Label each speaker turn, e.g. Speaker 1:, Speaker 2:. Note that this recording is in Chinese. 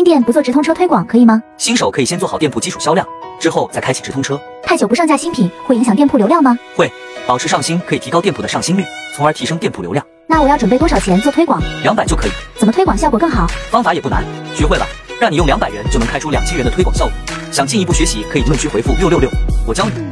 Speaker 1: 新店不做直通车推广可以吗？
Speaker 2: 新手可以先做好店铺基础销量，之后再开启直通车。
Speaker 1: 太久不上架新品会影响店铺流量吗？
Speaker 2: 会，保持上新可以提高店铺的上新率，从而提升店铺流量。
Speaker 1: 那我要准备多少钱做推广？
Speaker 2: 两百就可以，
Speaker 1: 怎么推广效果更好？
Speaker 2: 方法也不难，学会了，让你用两百人就能开出两千元的推广效果。想进一步学习，可以论区回复六六六，我教你。